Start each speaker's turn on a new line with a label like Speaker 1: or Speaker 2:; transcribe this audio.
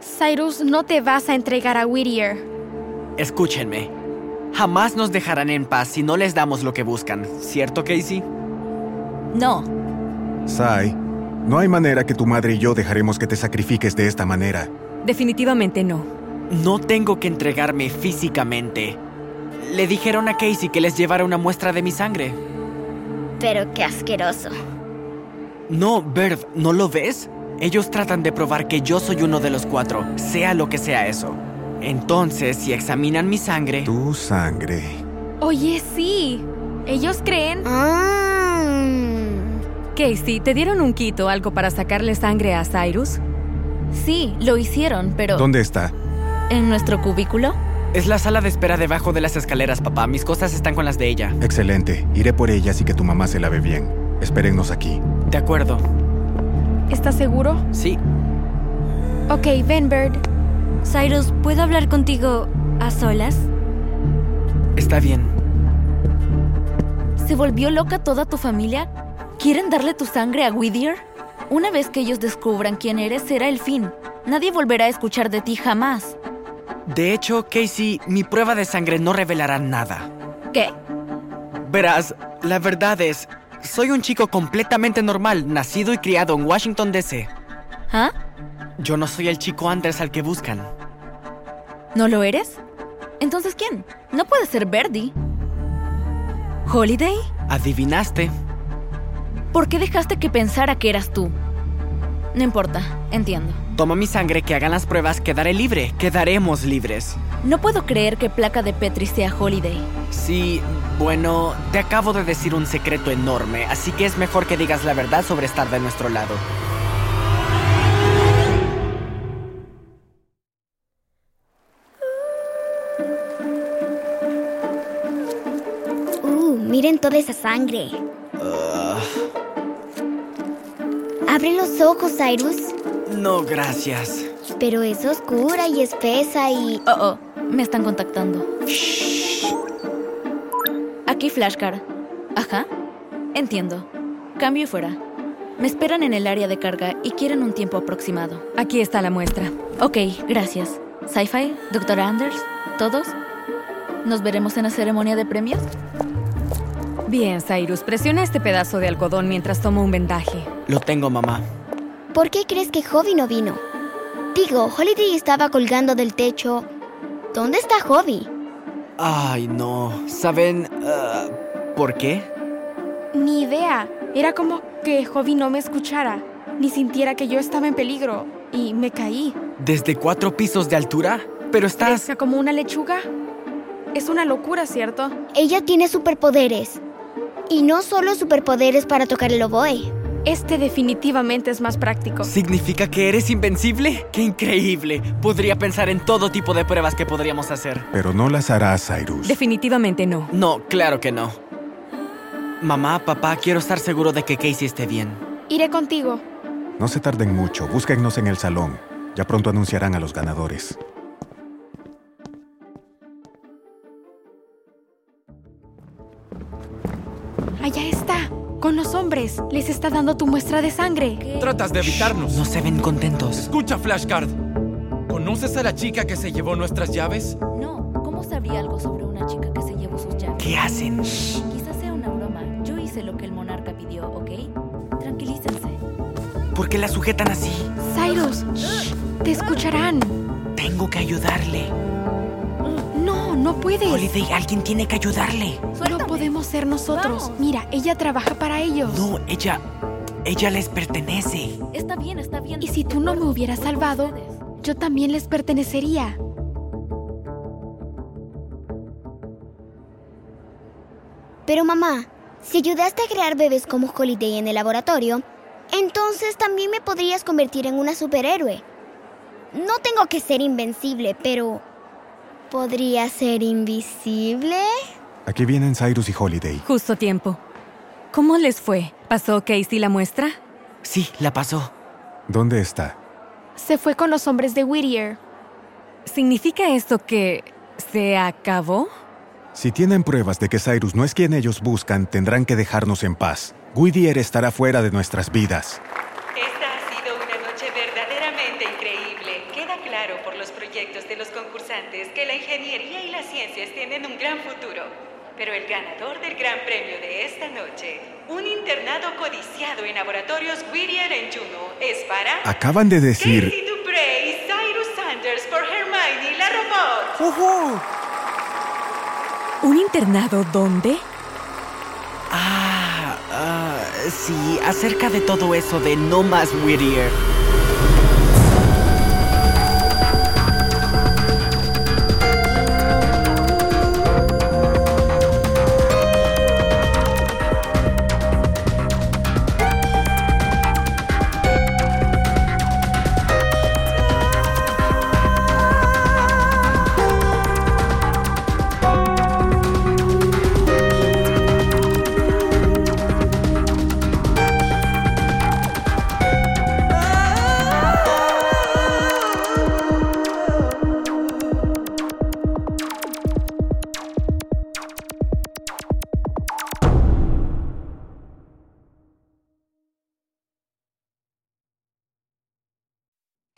Speaker 1: Cyrus, no te vas a entregar a Whittier.
Speaker 2: Escúchenme. Jamás nos dejarán en paz si no les damos lo que buscan, ¿cierto, Casey?
Speaker 3: No.
Speaker 4: Sai, no hay manera que tu madre y yo dejaremos que te sacrifiques de esta manera.
Speaker 3: Definitivamente no.
Speaker 2: No tengo que entregarme físicamente. Le dijeron a Casey que les llevara una muestra de mi sangre.
Speaker 5: Pero qué asqueroso.
Speaker 2: No, Berv, ¿no lo ves? Ellos tratan de probar que yo soy uno de los cuatro, sea lo que sea eso. Entonces, si examinan mi sangre...
Speaker 4: Tu sangre.
Speaker 1: Oye, sí. Ellos creen...
Speaker 5: Mm.
Speaker 3: Casey, ¿te dieron un quito, algo para sacarle sangre a Cyrus?
Speaker 6: Sí, lo hicieron, pero...
Speaker 4: ¿Dónde está?
Speaker 6: ¿En nuestro cubículo?
Speaker 2: Es la sala de espera debajo de las escaleras, papá. Mis cosas están con las de ella.
Speaker 4: Excelente. Iré por ella y que tu mamá se lave bien. Espérennos aquí.
Speaker 2: De acuerdo.
Speaker 1: ¿Estás seguro?
Speaker 2: Sí.
Speaker 1: Ok, Benbird.
Speaker 6: Cyrus, ¿puedo hablar contigo a solas?
Speaker 2: Está bien.
Speaker 6: ¿Se volvió loca toda tu familia? ¿Quieren darle tu sangre a Whittier? Una vez que ellos descubran quién eres, será el fin. Nadie volverá a escuchar de ti jamás.
Speaker 2: De hecho, Casey, mi prueba de sangre no revelará nada.
Speaker 6: ¿Qué?
Speaker 2: Verás, la verdad es... Soy un chico completamente normal, nacido y criado en Washington, D.C.
Speaker 6: ¿Ah?
Speaker 2: Yo no soy el chico Anders al que buscan.
Speaker 6: ¿No lo eres? Entonces, ¿quién? No puede ser Verdi. ¿Holiday?
Speaker 2: Adivinaste.
Speaker 6: ¿Por qué dejaste que pensara que eras tú? No importa, entiendo.
Speaker 2: Toma mi sangre, que hagan las pruebas, quedaré libre. Quedaremos libres.
Speaker 6: No puedo creer que placa de Petri sea Holiday.
Speaker 2: Sí, bueno, te acabo de decir un secreto enorme, así que es mejor que digas la verdad sobre estar de nuestro lado.
Speaker 5: Uh, miren toda esa sangre. Abren los ojos, Cyrus.
Speaker 2: No, gracias.
Speaker 5: Pero es oscura y espesa y...
Speaker 6: Oh, oh, me están contactando. Aquí Flashcard. Ajá. Entiendo. Cambio y fuera. Me esperan en el área de carga y quieren un tiempo aproximado.
Speaker 3: Aquí está la muestra.
Speaker 6: Ok, gracias. Sci-Fi, Dr. Anders, todos. ¿Nos veremos en la ceremonia de premios?
Speaker 3: Bien, Cyrus, presiona este pedazo de algodón mientras tomo un vendaje.
Speaker 2: Lo tengo, mamá.
Speaker 5: ¿Por qué crees que Hobby no vino? Digo, Holiday estaba colgando del techo. ¿Dónde está Hobby?
Speaker 2: Ay, no. ¿Saben ah, por qué?
Speaker 1: Ni idea. Era como que Hobby no me escuchara, ni sintiera que yo estaba en peligro. Y me caí.
Speaker 2: ¿Desde cuatro pisos de altura? Pero estás...
Speaker 1: Crezca como una lechuga. Es una locura, ¿cierto?
Speaker 5: Ella tiene superpoderes. Y no solo superpoderes para tocar el oboe.
Speaker 1: Este definitivamente es más práctico.
Speaker 2: ¿Significa que eres invencible? ¡Qué increíble! Podría pensar en todo tipo de pruebas que podríamos hacer.
Speaker 4: Pero no las harás, Cyrus.
Speaker 3: Definitivamente no.
Speaker 2: No, claro que no. Mamá, papá, quiero estar seguro de que Casey esté bien.
Speaker 1: Iré contigo.
Speaker 4: No se tarden mucho. Búsquennos en el salón. Ya pronto anunciarán a los ganadores.
Speaker 1: Allá está. Con los hombres. Les está dando tu muestra de sangre.
Speaker 7: Tratas de evitarnos.
Speaker 2: No se ven contentos.
Speaker 7: Escucha, Flashcard. ¿Conoces a la chica que se llevó nuestras llaves?
Speaker 6: No, ¿cómo sabría algo sobre una chica que se llevó sus llaves?
Speaker 2: ¿Qué hacen?
Speaker 6: Quizás sea una broma. Yo hice lo que el monarca pidió, ¿ok? Tranquilícense.
Speaker 2: ¿Por qué la sujetan así?
Speaker 1: Cyrus, te escucharán.
Speaker 2: Tengo que ayudarle.
Speaker 1: No, no puedes.
Speaker 2: Holiday, alguien tiene que ayudarle.
Speaker 1: No podemos ser nosotros.
Speaker 6: Vamos.
Speaker 1: Mira, ella trabaja para ellos.
Speaker 2: No, ella... Ella les pertenece.
Speaker 6: Está bien, está bien.
Speaker 1: Y si tú no me hubieras salvado, yo también les pertenecería.
Speaker 5: Pero mamá, si ayudaste a crear bebés como Holiday en el laboratorio, entonces también me podrías convertir en una superhéroe. No tengo que ser invencible, pero... ¿Podría ser invisible?
Speaker 4: Aquí vienen Cyrus y Holiday.
Speaker 3: Justo tiempo. ¿Cómo les fue? ¿Pasó Casey la muestra?
Speaker 2: Sí, la pasó.
Speaker 4: ¿Dónde está?
Speaker 1: Se fue con los hombres de Whittier.
Speaker 3: ¿Significa esto que... se acabó?
Speaker 4: Si tienen pruebas de que Cyrus no es quien ellos buscan, tendrán que dejarnos en paz. Whittier estará fuera de nuestras vidas.
Speaker 8: Esta ha sido una noche verdaderamente increíble. Queda claro por concursantes que la ingeniería y las ciencias tienen un gran futuro. Pero el ganador del gran premio de esta noche, un internado codiciado en laboratorios Whittier en Juno, es para...
Speaker 4: Acaban de decir...
Speaker 8: Casey Dupre y Cyrus Sanders por Hermione la Robot.
Speaker 3: ¿Un internado dónde?
Speaker 2: Ah, ah, sí, acerca de todo eso de no más Whittier.